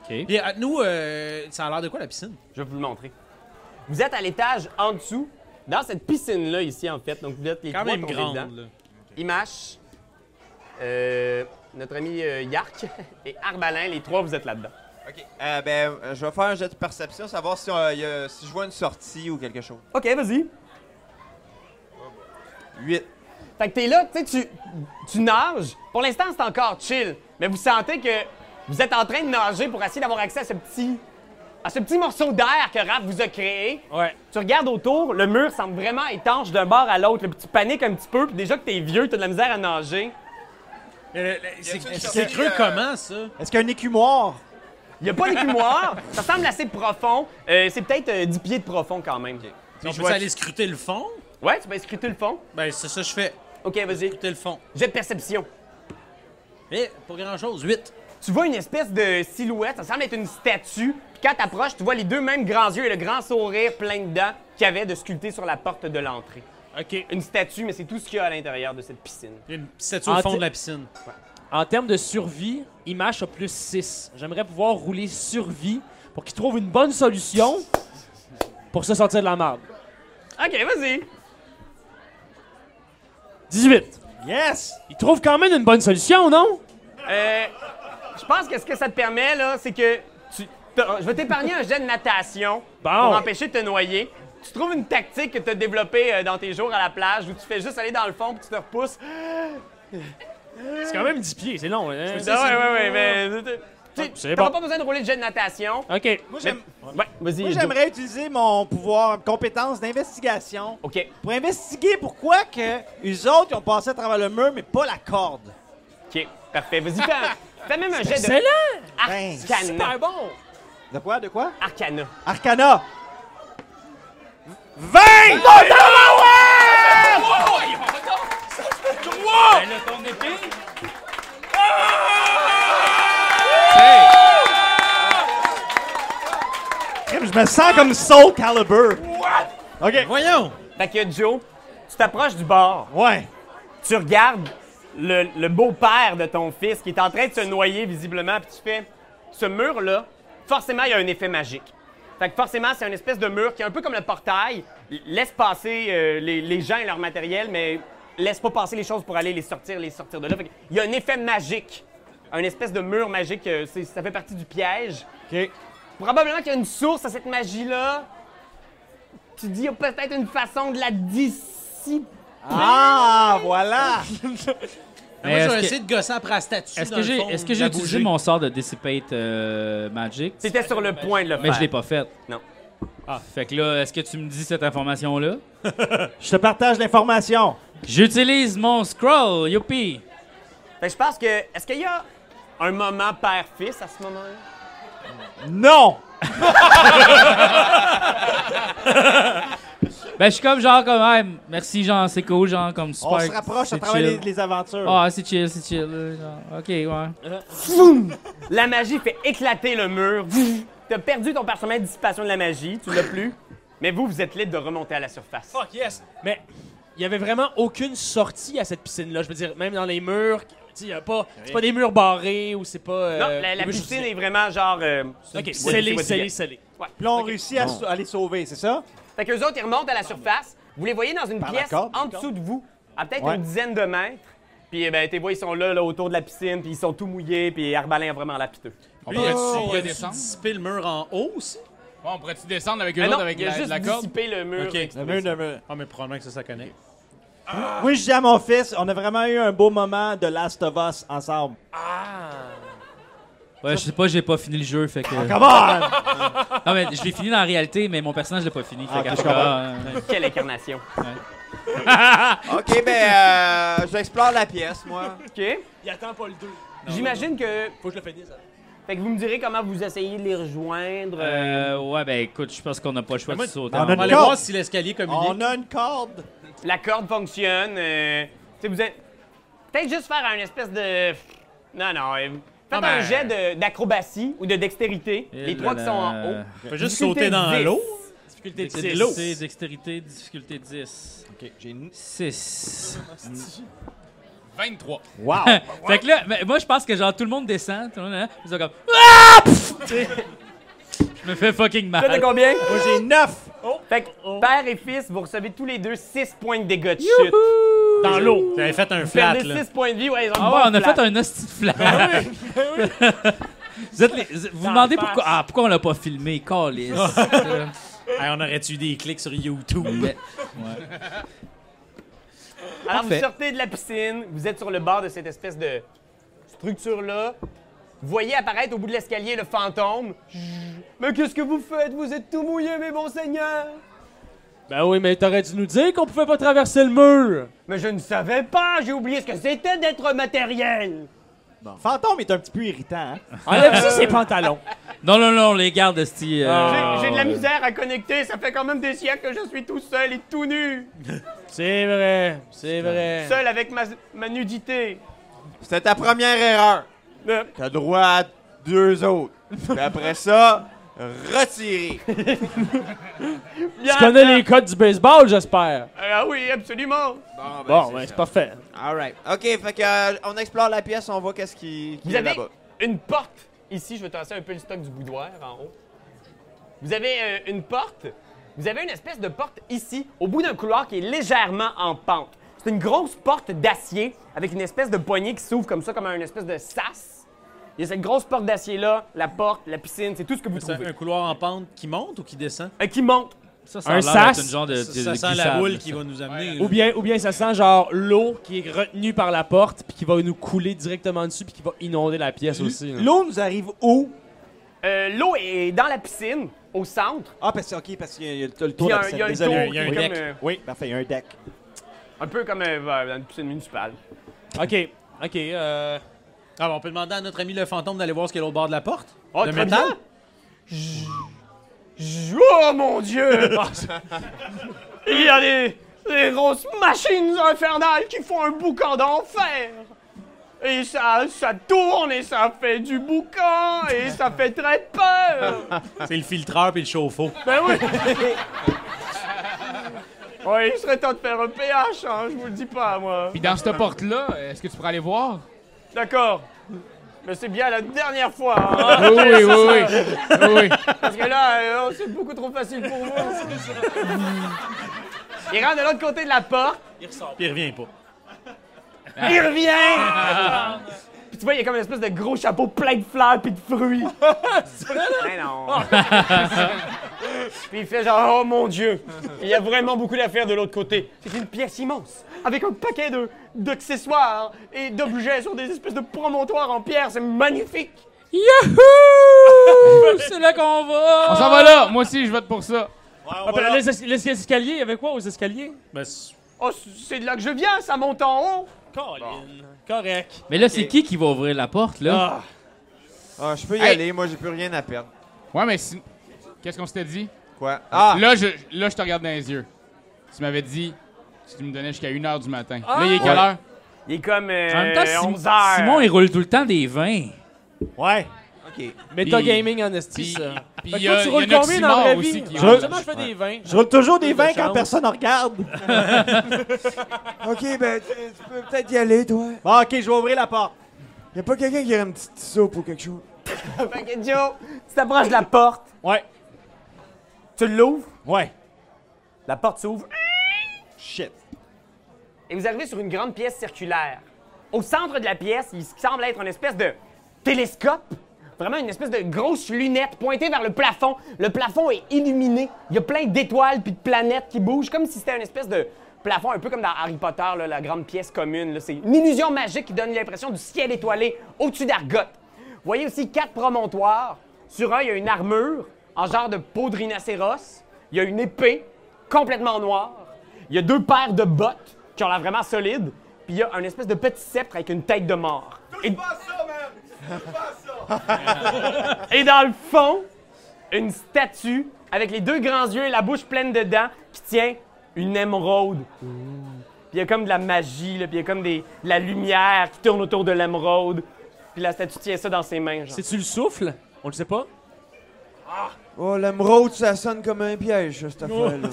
Speaker 6: OK.
Speaker 9: Puis, euh, nous, euh, ça a l'air de quoi la piscine?
Speaker 2: Je vais vous le montrer. Vous êtes à l'étage en dessous, dans cette piscine-là ici, en fait. Donc vous êtes les
Speaker 9: Quand
Speaker 2: trois
Speaker 9: même
Speaker 2: tombés dedans.
Speaker 9: grande, là.
Speaker 2: Image, euh, notre ami euh, Yark [LAUGHS] et Arbalin, les trois, vous êtes là-dedans.
Speaker 10: OK, euh, ben, euh, je vais faire un jet de perception, savoir si, euh, y a- si je vois une sortie ou quelque chose.
Speaker 2: OK, vas-y.
Speaker 10: 8.
Speaker 2: Fait que t'es là, tu sais, tu- tu nages. Pour l'instant, c'est encore chill. Mais vous sentez que vous êtes en train de nager pour essayer d'avoir accès à ce petit. à ce petit morceau d'air que Raph vous a créé.
Speaker 5: Ouais.
Speaker 2: Tu regardes autour, le mur semble vraiment étanche d'un bord à l'autre. Là, puis Tu paniques un petit peu, puis déjà que t'es vieux, t'as de la misère à nager.
Speaker 9: Euh, euh, c'est-
Speaker 10: une
Speaker 9: C'est
Speaker 10: sortie,
Speaker 9: creux
Speaker 10: euh,
Speaker 9: comment, ça?
Speaker 3: Est-ce qu'il y a un écumoire?
Speaker 2: Il n'y a pas d'écumoire, ça semble assez profond. Euh, c'est peut-être euh, 10 pieds de profond quand même.
Speaker 9: On peut
Speaker 10: vois-
Speaker 9: aller scruter le fond?
Speaker 2: Ouais, tu peux scruter le fond.
Speaker 9: Ben, c'est ça que je fais.
Speaker 2: Ok, vas-y.
Speaker 9: Scruter le fond.
Speaker 2: J'ai de perception.
Speaker 9: Mais, pour grand-chose, 8.
Speaker 2: Tu vois une espèce de silhouette, ça semble être une statue. Puis quand t'approches, tu vois les deux mêmes grands yeux et le grand sourire plein de dents qu'il y avait de sculpter sur la porte de l'entrée.
Speaker 5: OK.
Speaker 2: Une statue, mais c'est tout ce qu'il y a à l'intérieur de cette piscine.
Speaker 9: Il y a une statue au
Speaker 5: En
Speaker 9: fond
Speaker 5: t-
Speaker 9: de la piscine.
Speaker 5: En termes de survie, Image a plus 6. J'aimerais pouvoir rouler survie pour qu'il trouve une bonne solution pour se sortir de la merde.
Speaker 2: Ok, vas-y.
Speaker 5: 18.
Speaker 3: Yes!
Speaker 5: Il trouve quand même une bonne solution, non?
Speaker 2: Euh, je pense que ce que ça te permet, là, c'est que tu. t'as- Je vais t'épargner un jet de natation
Speaker 5: Bon.
Speaker 2: pour empêcher de te noyer. Tu trouves une tactique que tu as développée euh, dans tes jours à la plage où tu fais juste aller dans le fond puis tu te repousses.
Speaker 5: C'est quand même 10 pieds, c'est long. hein?
Speaker 2: Ah, ouais, ouais, ouais, mais. Tu
Speaker 5: Ah, c'est
Speaker 2: n'auras
Speaker 5: bon.
Speaker 2: pas besoin de rouler de jet de natation.
Speaker 5: OK.
Speaker 3: Moi, j'aime-
Speaker 2: Ouais, vas-y.
Speaker 3: moi,
Speaker 2: Joe.
Speaker 3: j'aimerais utiliser mon pouvoir, compétence d'investigation
Speaker 2: OK.
Speaker 3: pour investiguer pourquoi que les autres ils ont passé à travers le mur, mais pas la corde.
Speaker 2: OK, parfait. Vas-y, fais, un- fais même un jet de
Speaker 5: C'est là!
Speaker 3: Ben,
Speaker 2: arcana.
Speaker 5: bon!
Speaker 3: De quoi? De quoi?
Speaker 2: Arcana.
Speaker 3: Arcana! 20!
Speaker 6: Elle a ton épée?
Speaker 3: Ah! Crime, Je me sens comme Soul Calibur. OK.
Speaker 9: Voyons!
Speaker 2: Fait que Joe, tu t'approches du bord,
Speaker 3: Ouais.
Speaker 2: tu regardes le, le beau-père de ton fils qui est en train de se noyer visiblement, puis tu fais ce mur-là, forcément, il y a un effet magique. Fait que forcément, c'est une espèce de mur qui est un peu comme le portail. Il Laisse passer euh, les, les gens et leur matériel, mais laisse pas passer les choses pour aller les sortir, les sortir de là. Fait que il y a un effet magique, un espèce de mur magique. euh, c'est- ça fait partie du piège.
Speaker 3: OK.
Speaker 2: Probablement qu'il y a une source à cette magie-là. Tu dis, il y a peut-être une façon de la dissiper.
Speaker 3: Ah, voilà.
Speaker 9: moi,
Speaker 6: Mais
Speaker 9: j'ai
Speaker 6: est-ce que-
Speaker 9: essayé de gosser après la statue.
Speaker 6: Est-ce
Speaker 9: dans
Speaker 6: que
Speaker 9: le
Speaker 6: j'ai
Speaker 9: fond,
Speaker 6: est-ce que
Speaker 9: de
Speaker 6: j'ai
Speaker 9: la
Speaker 6: utilisé
Speaker 9: bouger.
Speaker 6: mon sort de Dissipate euh, Magic?
Speaker 2: C'était sur le point de le faire.
Speaker 6: Mais je l'ai pas fait.
Speaker 2: Non.
Speaker 6: Ah, fait que là, est-ce que tu me dis cette information-là?
Speaker 3: Je te partage l'information.
Speaker 6: J'utilise mon scroll, youpi!
Speaker 2: Fait que je pense que. Est-ce qu'il y a un moment père-fils à ce moment-là?
Speaker 3: Non.
Speaker 6: Ben, je suis comme genre, comme, hey, merci, genre, c'est cool, genre, comme super.
Speaker 3: On se rapproche à
Speaker 6: c'est
Speaker 3: travers les,
Speaker 6: chill.
Speaker 3: les aventures.
Speaker 6: Ah, c'est chill, c'est chill. euh, genre, Ok, ouais.
Speaker 2: La magie fait éclater le mur. T'as perdu ton parchemin de dissipation de la magie, tu l'as plus. Mais vous, vous êtes libre de remonter à la surface.
Speaker 7: Oh,
Speaker 5: Fuck yes! Mais il y avait vraiment aucune sortie à cette piscine-là. Je veux dire, même dans les murs, tu sais, y a pas, c'est pas des murs barrés ou c'est pas. euh,
Speaker 2: Non, la, la
Speaker 5: des murs
Speaker 2: piscine
Speaker 5: chaussés.
Speaker 2: est vraiment genre. euh,
Speaker 5: Ok,
Speaker 2: Ouais,
Speaker 5: scellé,
Speaker 2: c'est
Speaker 5: scellé,
Speaker 2: what
Speaker 5: scellé.
Speaker 3: Puis là, on réussit à, s- à les sauver, c'est ça?
Speaker 2: Fait que les autres, ils remontent à la surface. Vous les voyez dans une
Speaker 3: Par la
Speaker 2: pièce
Speaker 3: corde,
Speaker 2: en dessous de vous, à peut-être
Speaker 3: Ouais.
Speaker 2: une dizaine de mètres. Puis, eh ben, tes voix, ils sont là, là, autour de la piscine, puis ils sont tout mouillés, puis Arbalin est vraiment lapiteux.
Speaker 7: On pourrait-tu on pourrait
Speaker 9: On a-tu
Speaker 7: descendre?
Speaker 9: dissipé le mur en haut aussi?
Speaker 7: Ouais, on pourrait-tu descendre avec eux
Speaker 2: Mais
Speaker 7: autres
Speaker 2: non,
Speaker 7: avec
Speaker 2: il a
Speaker 7: la,
Speaker 2: juste
Speaker 7: la corde?
Speaker 2: dissipé le mur.
Speaker 9: Ok.
Speaker 3: Le mur, le mur.
Speaker 9: Ah, mais probablement que ça, ça connecte.
Speaker 2: Ah.
Speaker 3: Oui, je dis à mon fils, on a vraiment eu un beau moment de Last of Us ensemble.
Speaker 6: Ouais, je sais pas, j'ai pas fini le jeu, fait que.
Speaker 3: Ah, Come on!
Speaker 6: [LAUGHS] Non, mais je l'ai fini dans la réalité, mais mon personnage l'a pas fini. Fait
Speaker 3: Ah,
Speaker 6: que-
Speaker 3: ok, je comprends.
Speaker 6: Ah, ouais.
Speaker 2: Quelle incarnation.
Speaker 10: Ok, ben, euh, j'explore la pièce, moi.
Speaker 2: OK.
Speaker 5: Il attend pas le 2.
Speaker 2: J'imagine que.
Speaker 5: Faut que je le finisse. avant.
Speaker 2: Fait que vous me direz comment vous essayez de les rejoindre. euh,
Speaker 6: Euh, ouais, ben, écoute, je pense qu'on a pas le choix de
Speaker 9: moi,
Speaker 6: sauter.
Speaker 3: on
Speaker 6: en
Speaker 3: a
Speaker 9: On
Speaker 6: bas.
Speaker 9: va aller
Speaker 3: Corde.
Speaker 9: voir si l'escalier communique.
Speaker 3: On a une corde.
Speaker 2: La corde fonctionne. euh, tu sais, vous êtes. Peut-être juste faire un espèce de. Non, non. euh, Faites
Speaker 9: Ah ben-
Speaker 2: un jet de- d'acrobatie ou de dextérité.
Speaker 6: Et
Speaker 2: les
Speaker 6: là
Speaker 2: trois qui
Speaker 6: là.
Speaker 2: sont en haut.
Speaker 9: On peut juste
Speaker 2: Difficulté
Speaker 9: sauter dans
Speaker 2: 10.
Speaker 9: l'eau.
Speaker 5: Difficulté de
Speaker 6: Dextérité,
Speaker 5: six.
Speaker 6: dextérité, difficulté 10.
Speaker 3: OK, j'ai une...
Speaker 6: 6.
Speaker 7: 23.
Speaker 3: Wow!
Speaker 6: [LAUGHS] Fait que là, ben, moi, je pense que genre tout le monde descend, tout le monde, hein, ils sont comme. Ah! Pff! [LAUGHS] je me fais fucking
Speaker 2: Toi, t'as
Speaker 6: mal.
Speaker 2: combien? Oh,
Speaker 3: Moi, j'ai neuf!
Speaker 2: Fait que père et fils, vous recevez tous les deux 6 points de dégâts de chute.
Speaker 9: Dans l'eau. J'avais fait un
Speaker 2: Vous
Speaker 9: flat,
Speaker 2: perdez
Speaker 9: là.
Speaker 2: 6 points de vie. Ouais, ils ont
Speaker 6: Ah ouais, on a fait un hostie de
Speaker 3: Ben
Speaker 6: flash. [LAUGHS] vous êtes les- vous
Speaker 5: Dans
Speaker 6: demandez
Speaker 5: la face.
Speaker 6: pourquoi. Ah, pourquoi on l'a pas filmé, Carlis.
Speaker 3: Ah.
Speaker 9: Hey, on aurait-tu eu des clics sur YouTube?
Speaker 5: Ben,
Speaker 6: Mais-
Speaker 2: Alors, vous
Speaker 6: Parfait.
Speaker 2: sortez de la piscine, vous êtes sur le bord de cette espèce de structure-là. Vous voyez apparaître au bout de l'escalier le fantôme. Mais qu'est-ce que vous faites? Vous êtes tout mouillé, mes bons seigneurs!
Speaker 5: Ben oui, mais t'aurais dû nous dire qu'on pouvait pas traverser le mur.
Speaker 2: Mais je ne savais pas! J'ai oublié ce que c'était d'être matériel!
Speaker 3: Fantôme est un petit peu irritant, hein?
Speaker 5: Enlève-y ses pantalons.
Speaker 6: non, non, non, on les garde, hostie. euh,
Speaker 3: Ah.
Speaker 5: Ah,
Speaker 2: J'ai- J'ai de la misère à connecter, ça fait quand même des siècles que je suis tout seul et tout nu!
Speaker 5: C'est vrai, c'est vrai.
Speaker 2: Seul avec ma, ma nudité!
Speaker 10: C'était ta première erreur.
Speaker 2: Euh,
Speaker 10: T'as droit à deux autres. Puis après ça, retirer.
Speaker 2: bien,
Speaker 5: Tu connais
Speaker 2: bien.
Speaker 5: les codes du baseball, j'espère.
Speaker 2: Ah oui, absolument!
Speaker 10: Bon, ben,
Speaker 5: Bon,
Speaker 10: c'est
Speaker 5: ben
Speaker 10: ça.
Speaker 5: c'est parfait.
Speaker 10: Alright. OK, fait que, euh, on explore la pièce, on voit qu'est-ce qui, qui
Speaker 2: Vous
Speaker 10: est
Speaker 2: avez
Speaker 10: là-bas.
Speaker 2: une porte ici. Je vais tasser un peu le stock du boudoir en haut. Vous avez euh, une porte. Vous avez une espèce de porte ici, au bout d'un couloir qui est légèrement en pente. C'est une grosse porte d'acier avec une espèce de poignée qui s'ouvre comme ça, comme un espèce de sas. Il y a cette grosse porte d'acier-là, la porte, la piscine, c'est tout ce que vous
Speaker 9: C'est
Speaker 2: trouvez.
Speaker 9: un couloir en pente qui monte ou qui descend?
Speaker 2: Euh, qui monte.
Speaker 6: ça, ça a
Speaker 5: Un
Speaker 6: l'air d'être
Speaker 5: sas.
Speaker 6: une genre de-
Speaker 9: Ça,
Speaker 6: de-
Speaker 9: ça
Speaker 6: de
Speaker 9: sent la
Speaker 6: glissade,
Speaker 9: boule
Speaker 6: ça.
Speaker 9: qui va nous amener.
Speaker 5: Ou bien, ou bien ça sent genre l'eau qui est retenue par la porte puis qui va nous couler directement dessus puis qui va inonder la pièce aussi. là.
Speaker 3: L'eau nous arrive où?
Speaker 2: Euh, L'eau est dans la piscine, au centre.
Speaker 3: Ah, parce que, OK, parce qu'il y a- il y a le
Speaker 2: Puis il
Speaker 3: tour
Speaker 2: y
Speaker 3: de
Speaker 2: a
Speaker 3: la
Speaker 2: un, il y a
Speaker 3: piscine.
Speaker 2: un
Speaker 3: Désolé.
Speaker 2: tour
Speaker 9: il y a un
Speaker 2: qui est comme,
Speaker 9: deck.
Speaker 2: euh,
Speaker 3: Oui,
Speaker 11: Ah.
Speaker 3: parfait, il y a un deck.
Speaker 2: un peu comme euh, dans une piscine municipale.
Speaker 5: Ok, ok. Euh...
Speaker 9: Ah, ben, on peut demander à notre ami le fantôme d'aller voir ce qu'il y a au bord de la porte.
Speaker 2: Oh,
Speaker 9: de
Speaker 2: très
Speaker 9: métal.
Speaker 2: bien. Oh mon Dieu! [LAUGHS] Il y a des, des grosses machines infernales qui font un boucan d'enfer! Et ça, ça tourne et ça fait du boucan et ça fait très peur.
Speaker 9: C'est le filtreur puis le chauffe-eau.
Speaker 2: Ben [LAUGHS] oui! ouais, il serait temps de faire un pH, hein, je vous le dis pas, moi.
Speaker 7: Puis dans cette porte-là, est-ce que tu pourrais aller voir?
Speaker 2: D'accord. Mais c'est bien la dernière fois, hein,
Speaker 7: Oui, oui, oui, oui. oui.
Speaker 2: parce que là, euh, oh, c'est beaucoup trop facile pour vous. il rentre de l'autre côté de la porte,
Speaker 9: Puis il revient pas.
Speaker 2: il revient! Puis tu vois, il y a comme une espèce de gros chapeau plein de fleurs puis de fruits. Mais non! Puis il fait genre, oh mon Dieu, il y a vraiment beaucoup d'affaires de l'autre côté. C'est une pièce immense, avec un paquet de d'accessoires et d'objets sur des espèces de promontoires en pierre, c'est magnifique.
Speaker 6: Yahoo! C'est là qu'on va!
Speaker 7: On s'en va là. Moi aussi, je vote pour ça.
Speaker 5: Ah, ben, les, es- les escaliers, il y avait quoi aux escaliers?
Speaker 9: Ben, c'est-
Speaker 2: Oh, c'est de là que je viens, ça monte en haut.
Speaker 5: Colin. Correct.
Speaker 6: Mais là, c'est qui qui va ouvrir la porte, là?
Speaker 10: Ah, je peux y
Speaker 7: Hey.
Speaker 10: aller, moi j'ai plus rien à perdre.
Speaker 7: Ouais, mais si... Qu'est-ce qu'on s'était dit?
Speaker 10: Quoi? Ah!
Speaker 7: Là, je, là, je te regarde dans les yeux. Tu m'avais dit que tu me donnais jusqu'à 1h du matin. Là, il est quelle
Speaker 10: Ouais.
Speaker 7: heure?
Speaker 2: Il est comme
Speaker 6: en même temps,
Speaker 9: euh,
Speaker 6: Simon,
Speaker 2: 11 heures.
Speaker 6: Simon, il roule tout le temps des vins.
Speaker 3: Ouais.
Speaker 10: Ok.
Speaker 5: Meta
Speaker 7: Puis-
Speaker 5: gaming en esti,
Speaker 7: Puis,
Speaker 5: ça.
Speaker 7: puis
Speaker 5: Fait que
Speaker 7: il y
Speaker 5: toi,
Speaker 7: a,
Speaker 5: tu
Speaker 7: il y a
Speaker 5: roules combien dans la
Speaker 7: Noxymore
Speaker 5: vraie
Speaker 7: aussi
Speaker 5: vie?
Speaker 7: qui
Speaker 3: Je-
Speaker 7: rentre.
Speaker 5: Justement, je fais des 20.
Speaker 3: Je roule toujours des vins quand
Speaker 5: chance.
Speaker 3: personne ne regarde.
Speaker 11: Ok, ben, tu tu peux peut-être y aller, toi.
Speaker 3: Bon, OK, je vais ouvrir la porte.
Speaker 11: Y a pas quelqu'un qui a une petite soupe ou quelque chose?
Speaker 2: Fait que Joe, tu t'approches de la porte,
Speaker 3: Ouais.
Speaker 2: tu l'ouvres,
Speaker 3: Ouais.
Speaker 2: la porte s'ouvre,
Speaker 3: Shit.
Speaker 2: et vous arrivez sur une grande pièce circulaire. Au centre de la pièce, il semble être une espèce de télescope, vraiment une espèce de grosse lunette pointée vers le plafond. Le plafond est illuminé, il y a plein d'étoiles puis de planètes qui bougent, comme si c'était une espèce de plafond, un peu comme dans Harry Potter, là, la grande pièce commune. là. C'est une illusion magique qui donne l'impression du ciel étoilé au-dessus d'Argote. Vous voyez aussi quatre promontoires. Sur un, il y a une armure en genre de peau de rhinocéros. Il y a une épée complètement noire. Il y a deux paires de bottes qui ont l'air vraiment solides. Puis il y a un espèce de petit sceptre avec une tête de mort. Et, et dans le fond, une statue avec les deux grands yeux et la bouche pleine de dents qui tient une émeraude. Puis il y a comme de la magie, là, puis il y a comme des, de la lumière qui tourne autour de l'émeraude. Puis la statue tient ça dans ses mains. Genre.
Speaker 5: C'est-tu le souffle? On le sait pas.
Speaker 11: Oh, l'émeraude, ça sonne comme un piège, ça, cette affaire-là.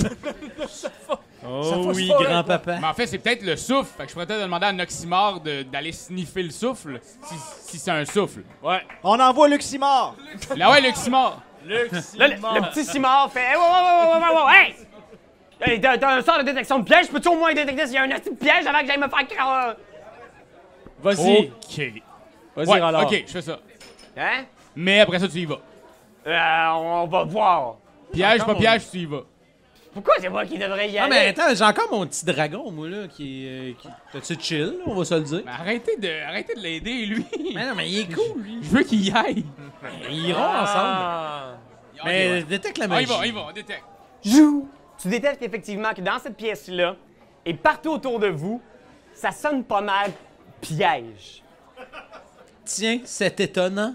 Speaker 9: Oh oui,
Speaker 5: forêt,
Speaker 9: grand-papa.
Speaker 7: Mais en fait, c'est peut-être le souffle. Fait que je pourrais peut-être demander à Noxymore de- d'aller sniffer le souffle, si, si c'est un souffle.
Speaker 3: [LAUGHS] On envoie Luximor.
Speaker 7: Là, ouais, Noxymore.
Speaker 2: Là, le, le petit Simard fait Hey, wow, wow, wow, wow, wow, wow, hey! Hey, t'as, t'as un sort de détection de piège, peux-tu au moins détecter s'il y a un petit piège avant que j'aille me faire. cra- euh,
Speaker 5: Vas-y.
Speaker 7: OK.
Speaker 5: Vas-y,
Speaker 7: Ouais,
Speaker 5: alors.
Speaker 7: OK, je fais ça.
Speaker 2: Hein?
Speaker 7: Mais après ça, tu y vas.
Speaker 2: Euh, on va voir.
Speaker 7: Piège, pas
Speaker 9: Encore,
Speaker 7: piège, tu y vas.
Speaker 2: Pourquoi c'est moi qui devrais y
Speaker 9: Ah, mais
Speaker 2: aller?
Speaker 9: attends, j'ai encore mon petit dragon, moi, là, qui est. euh, qui- T'as-tu chill, là, on va se le dire?
Speaker 7: Mais arrêtez de, arrêtez de l'aider, lui.
Speaker 9: Mais non, mais il est cool, lui.
Speaker 7: Je veux qu'il y aille.
Speaker 9: Ils iront ensemble. Mais détecte la
Speaker 7: Ah,
Speaker 9: magie.
Speaker 7: il va, il va, on détecte.
Speaker 2: Jou! Tu détectes effectivement que dans cette pièce-là, et partout autour de vous, ça sonne pas mal piège.
Speaker 9: Tiens, c'est étonnant.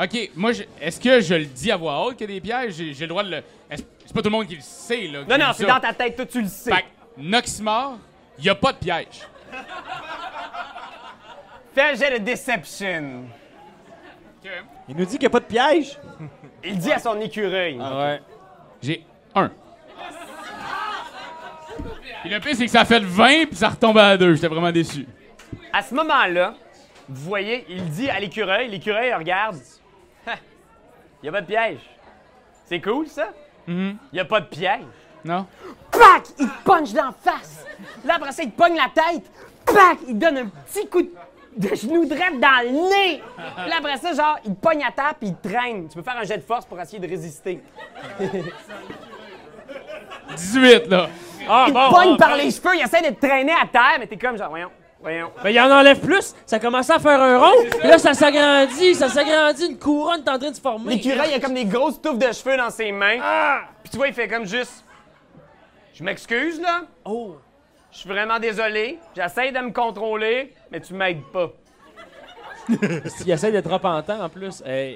Speaker 7: OK, moi, je- est-ce que je le dis à voix haute qu'il y a des pièges? J'ai j'ai le droit de le... est-ce- C'est pas tout le monde qui le sait, là.
Speaker 2: Non, non, c'est dans ta tête, toi tu le sais.
Speaker 7: Fait que Noxymore, il a pas de piège.
Speaker 2: Fais un jet de deception.
Speaker 3: Il nous dit qu'il n'y a pas de piège.
Speaker 2: Il dit à son écureuil.
Speaker 7: J'ai un. Et le pire, c'est que ça a fait 20 puis ça retombe à 2. J'étais vraiment déçu.
Speaker 2: À ce moment-là, vous voyez, il dit à l'écureuil, l'écureuil regarde. Il y a pas de piège. C'est cool ça Il y a pas de piège.
Speaker 7: Non?
Speaker 2: Pac, il te punch d'en face. Là après ça, il te pogne la tête. Pac, il donne un petit coup de- de genou droit dans le nez. Là après ça, genre, il te pogne à terre puis il te traîne. Tu peux faire un jet de force pour essayer de résister.
Speaker 7: 18, là.
Speaker 5: Ah,
Speaker 2: Il te
Speaker 5: bon,
Speaker 2: pogne
Speaker 5: ah,
Speaker 2: par
Speaker 5: bon.
Speaker 2: les cheveux, il essaie de te traîner à terre, mais t'es comme genre, voyons, voyons.
Speaker 5: Mais il en enlève plus. Ça commence à faire un rond. Puis Là, ça s'agrandit. Ça s'agrandit. Une couronne est en train de se former.
Speaker 2: L'écureuil, il a comme des grosses touffes de cheveux dans ses mains.
Speaker 5: Ah!
Speaker 2: Puis tu vois, il fait comme juste. Je m'excuse, là. Oh. Je suis vraiment désolé. J'essaie de me contrôler, mais tu m'aides pas.
Speaker 5: Il essaie d'être repentant en plus. Hey,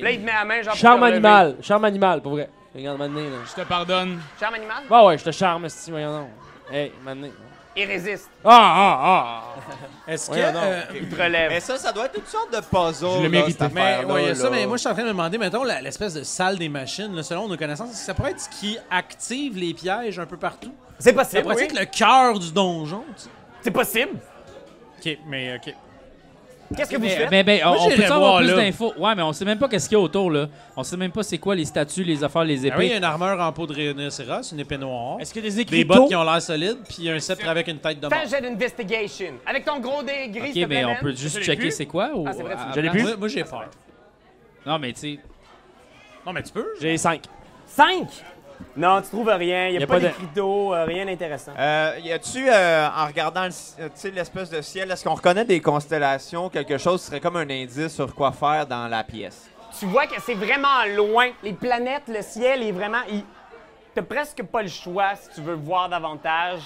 Speaker 2: Puis là,
Speaker 5: hey.
Speaker 2: il te met la main, genre. pour
Speaker 5: Charme
Speaker 2: te relever.
Speaker 5: animal. Charme animal, pour vrai. Regarde, maintenant, là.
Speaker 7: Je te pardonne.
Speaker 2: Charme animal?
Speaker 5: Bah ouais, je te charme, si, voyons donc. Hey, maintenant.
Speaker 2: et résiste.
Speaker 7: Ah, ah,
Speaker 9: ah. Est-ce que.
Speaker 10: Voyons donc.
Speaker 9: euh,
Speaker 2: Il te relève.
Speaker 10: Mais ça, ça doit être toutes sortes de puzzles.
Speaker 7: Je le
Speaker 10: là,
Speaker 7: méritais.
Speaker 10: cette
Speaker 9: Mais,
Speaker 10: affaire-là,
Speaker 9: ouais, il y a ça,
Speaker 10: là.
Speaker 9: mais moi, je suis en train de me demander, mettons, la- l'espèce de salle des machines, là, selon nos connaissances, est-ce que ça pourrait être ce qui active les pièges un peu partout.
Speaker 2: C'est
Speaker 5: Eh
Speaker 9: Ça
Speaker 2: possible,
Speaker 9: pourrait
Speaker 2: oui.
Speaker 9: être le cœur du donjon, tu
Speaker 2: C'est possible.
Speaker 9: sais. Ah OK, mais OK.
Speaker 2: Qu'est-ce que vous
Speaker 6: Mais,
Speaker 2: faites?
Speaker 6: mais- mais on,
Speaker 9: Moi,
Speaker 6: on
Speaker 9: j'irais
Speaker 6: peut avoir
Speaker 9: voir,
Speaker 6: plus
Speaker 9: là.
Speaker 6: d'infos. Ouais, mais on sait même pas qu'est-ce qu'il y a autour, là. On sait même pas c'est quoi les statues, les affaires, les
Speaker 9: Ah oui, il
Speaker 6: épées.
Speaker 9: y a une armure en peau de rhinocéros, une épée noire,
Speaker 5: Est-ce que des
Speaker 9: des
Speaker 5: écriteaux?
Speaker 9: bottes qui ont l'air solides, puis un sceptre avec une tête de mort.
Speaker 2: Fais un jet d'investigation. Avec ton gros dé gris, s'il
Speaker 6: ok,
Speaker 2: te
Speaker 6: mais
Speaker 2: plaît,
Speaker 6: on
Speaker 2: man.
Speaker 6: peut juste
Speaker 7: Je l'ai
Speaker 6: checker
Speaker 7: plus.
Speaker 6: c'est quoi. Ou,
Speaker 2: Ah, c'est vrai, tu-
Speaker 6: à-
Speaker 5: Je l'ai
Speaker 6: à-
Speaker 5: plus.
Speaker 9: Moi, moi, j'ai peur.
Speaker 6: Non, mais tu sais.
Speaker 9: Non, mais tu peux.
Speaker 5: J'ai 5.
Speaker 2: Cinq? Non, tu trouves rien. Il n'y a, pas, d'écriteau, euh, rien d'intéressant.
Speaker 10: Euh, y a-tu, euh, en regardant le ci- euh, tu sais, l'espèce de ciel, est-ce qu'on reconnaît des constellations, quelque chose qui serait comme un indice sur quoi faire dans la pièce?
Speaker 2: Tu vois que c'est vraiment loin. Les planètes, le ciel est vraiment. il- T'as presque pas le choix, si tu veux voir davantage,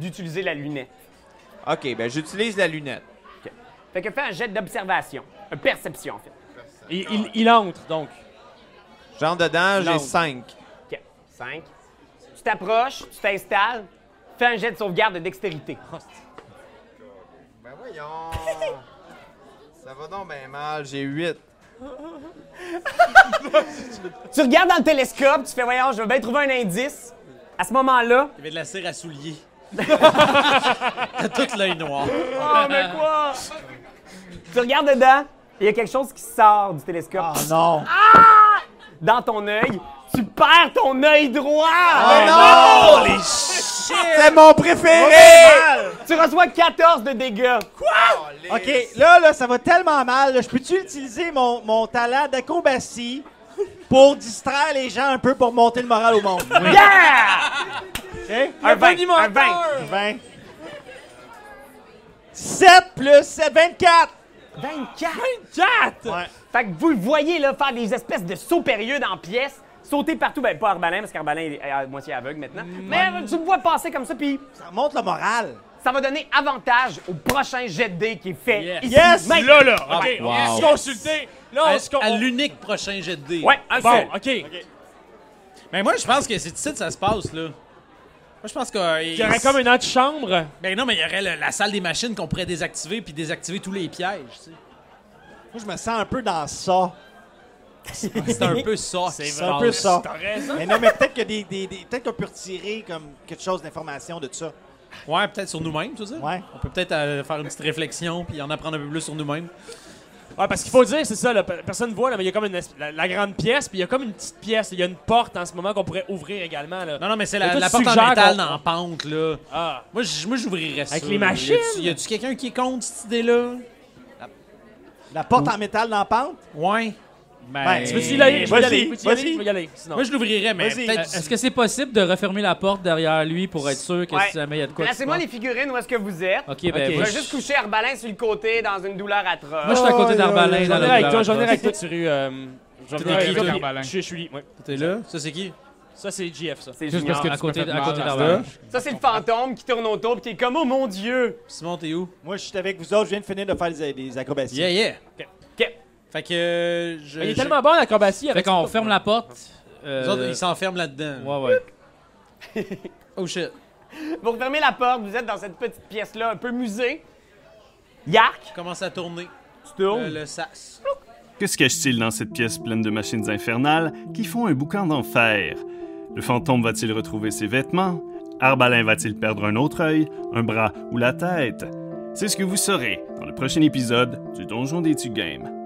Speaker 2: d'utiliser la lunette.
Speaker 10: Ok, ben j'utilise la lunette.
Speaker 2: Fait que fais un jet d'observation. Une perception, en fait.
Speaker 5: Il, il- il entre, donc.
Speaker 10: J'entre dedans, j'ai
Speaker 5: Non.
Speaker 10: 5.
Speaker 2: OK. Cinq. Tu t'approches, tu t'installes, fais un jet de sauvegarde de dextérité.
Speaker 10: Ben voyons! Ça va donc ben mal, j'ai 8.
Speaker 2: Tu regardes dans le télescope, tu fais voyons, je veux bien trouver un indice. À ce moment-là.
Speaker 9: Il y avait de la cire à
Speaker 2: [LAUGHS]
Speaker 9: soulier. T'as tout l'œil noir.
Speaker 2: Oh, mais quoi? tu regardes dedans, il y a quelque chose qui sort du télescope.
Speaker 9: Ah,
Speaker 2: Ah!
Speaker 3: Oh non!
Speaker 2: Dans ton œil, tu perds ton œil droit!
Speaker 9: Ah,
Speaker 10: non!
Speaker 9: Les ch-
Speaker 10: C'est mon préféré!
Speaker 2: Tu reçois 14 de dégâts.
Speaker 3: OK, là, là, ça va tellement mal. là. Je peux-tu utiliser mon, mon talent d'acrobatie pour distraire les gens un peu pour monter le moral au monde?
Speaker 10: [LAUGHS]
Speaker 2: Yeah!
Speaker 3: OK?
Speaker 2: Un 20, un 20.
Speaker 3: 20. 7 plus 7, 24!
Speaker 2: 24! 24!
Speaker 3: Ouais.
Speaker 2: Fait que vous le voyez là, faire des espèces de sauts périlleux dans la pièce, sauter partout, ben pas Arbalin, parce qu'Arbalin est à moitié aveugle maintenant. Mais euh, tu le vois passer comme ça, puis
Speaker 3: Ça remonte le moral.
Speaker 2: ça va donner avantage au prochain jet de dés qui est fait.
Speaker 6: Yes.
Speaker 2: ici,
Speaker 3: Yes!
Speaker 2: maintenant.
Speaker 5: Là, là, OK, on
Speaker 6: Wow.
Speaker 5: est consulté. Là, on se
Speaker 9: Ah, À, à
Speaker 5: comprend.
Speaker 9: l'unique prochain jet de dés.
Speaker 2: Ouais, un
Speaker 5: Bon,
Speaker 2: seul.
Speaker 5: OK.
Speaker 9: Mais moi, je pense que c'est ici que ça se passe, là. Moi, je pense que. euh, il-
Speaker 5: Il y aurait comme une antichambre.
Speaker 9: Ben non, mais il y aurait le- la salle des machines qu'on pourrait désactiver puis désactiver tous les pièges, tu sais.
Speaker 3: Moi, je me sens un peu dans ça.
Speaker 9: C'est un peu ça.
Speaker 3: C'est un peu ça. Mais non, mais peut-être que des, des- des- peut-être qu'on peut retirer comme quelque chose d'information de ça.
Speaker 9: Ouais, peut-être sur nous-mêmes, tout ça.
Speaker 3: Ouais.
Speaker 9: On peut peut-être euh, faire une petite réflexion puis en apprendre un peu plus sur nous-mêmes.
Speaker 5: Ouais, parce qu'il faut dire, c'est ça, là, pe- personne ne voit, là, mais il y a comme une, es- la, la grande pièce, puis il y a comme une petite pièce. Il y a une porte en ce moment qu'on pourrait ouvrir également. Là.
Speaker 9: Non, non, mais c'est
Speaker 5: Mais
Speaker 9: la,
Speaker 5: toi,
Speaker 9: la
Speaker 5: tu
Speaker 9: porte en
Speaker 5: suggères
Speaker 9: métal
Speaker 5: qu'on-
Speaker 9: dans la pente, là.
Speaker 5: Ah.
Speaker 9: Moi, j- moi j'ouvrirais ça.
Speaker 5: Avec les
Speaker 9: là.
Speaker 5: machines?
Speaker 9: Y a-tu- Y a-tu quelqu'un qui est contre cette idée-là?
Speaker 3: La porte en métal dans la pente?
Speaker 9: Ouais. Ben,
Speaker 3: Ben,
Speaker 5: Tu veux-tu y aller? Je veux y
Speaker 3: Vas-y,
Speaker 5: aller. Peux-tu y aller?
Speaker 3: vas-y.
Speaker 5: Je veux y aller. Sinon.
Speaker 9: Moi, je l'ouvrirais, mais
Speaker 3: Vas-y.
Speaker 9: peut-être.
Speaker 6: Euh, Est-ce que c'est possible de refermer la porte derrière lui pour être sûr que
Speaker 2: Ouais.
Speaker 6: si jamais il y a de quoi qui se
Speaker 2: Placez-moi
Speaker 6: passe?
Speaker 2: les figurines où est-ce que vous êtes.
Speaker 6: Ok, ben
Speaker 5: Ok.
Speaker 2: Je
Speaker 6: moi,
Speaker 2: vais
Speaker 6: je,
Speaker 2: juste coucher Arbalin sur le côté dans une douleur atroce.
Speaker 6: moi, je suis à côté
Speaker 3: Oh,
Speaker 6: d'Arbalin.
Speaker 5: J'en
Speaker 6: dans
Speaker 5: ai
Speaker 6: la
Speaker 5: avec toi,
Speaker 6: douleur
Speaker 5: j'en ai
Speaker 6: atroce.
Speaker 5: avec toi, tu rues. euh, j'en ai
Speaker 9: T'es
Speaker 5: avec
Speaker 9: écrit,
Speaker 5: toi.
Speaker 7: Arbalin.
Speaker 5: Je je suis. ouais.
Speaker 9: T'es là? Ça, c'est qui?
Speaker 5: Ça, c'est GF, ça.
Speaker 2: C'est
Speaker 7: Juste
Speaker 2: Junior.
Speaker 7: parce que tu
Speaker 6: À côté,
Speaker 7: t'es fait
Speaker 6: à côté
Speaker 7: mal,
Speaker 6: d'Arbalin.
Speaker 2: Ça, c'est le fantôme qui tourne autour et qui est comme Oh mon Dieu!
Speaker 9: Simon, t'es où?
Speaker 3: Moi, je suis avec vous autres. Je viens de finir de faire des, des acrobaties.
Speaker 9: Yeah, yeah.
Speaker 2: Ok.
Speaker 9: Fait que. euh, je-
Speaker 5: Il est
Speaker 9: je-
Speaker 5: tellement bon en acrobatie
Speaker 6: Fait
Speaker 5: avec
Speaker 6: qu'on ferme la porte.
Speaker 9: Les autres,
Speaker 6: Euh,
Speaker 9: ils s'enferment là-dedans.
Speaker 6: Ouais, ouais.
Speaker 9: Oh shit.
Speaker 2: Vous refermez la porte, vous êtes dans cette petite pièce-là un peu musée. Yark,
Speaker 9: Commence à tourner.
Speaker 2: tu tournes.
Speaker 9: Euh, le sas.
Speaker 1: Que se cache-t-il dans cette pièce pleine de machines infernales qui font un boucan d'enfer? Le fantôme va-t-il retrouver ses vêtements? Arbalin va-t-il perdre un autre œil, un bras ou la tête? C'est ce que vous saurez dans le prochain épisode du Donjon des Tu Game.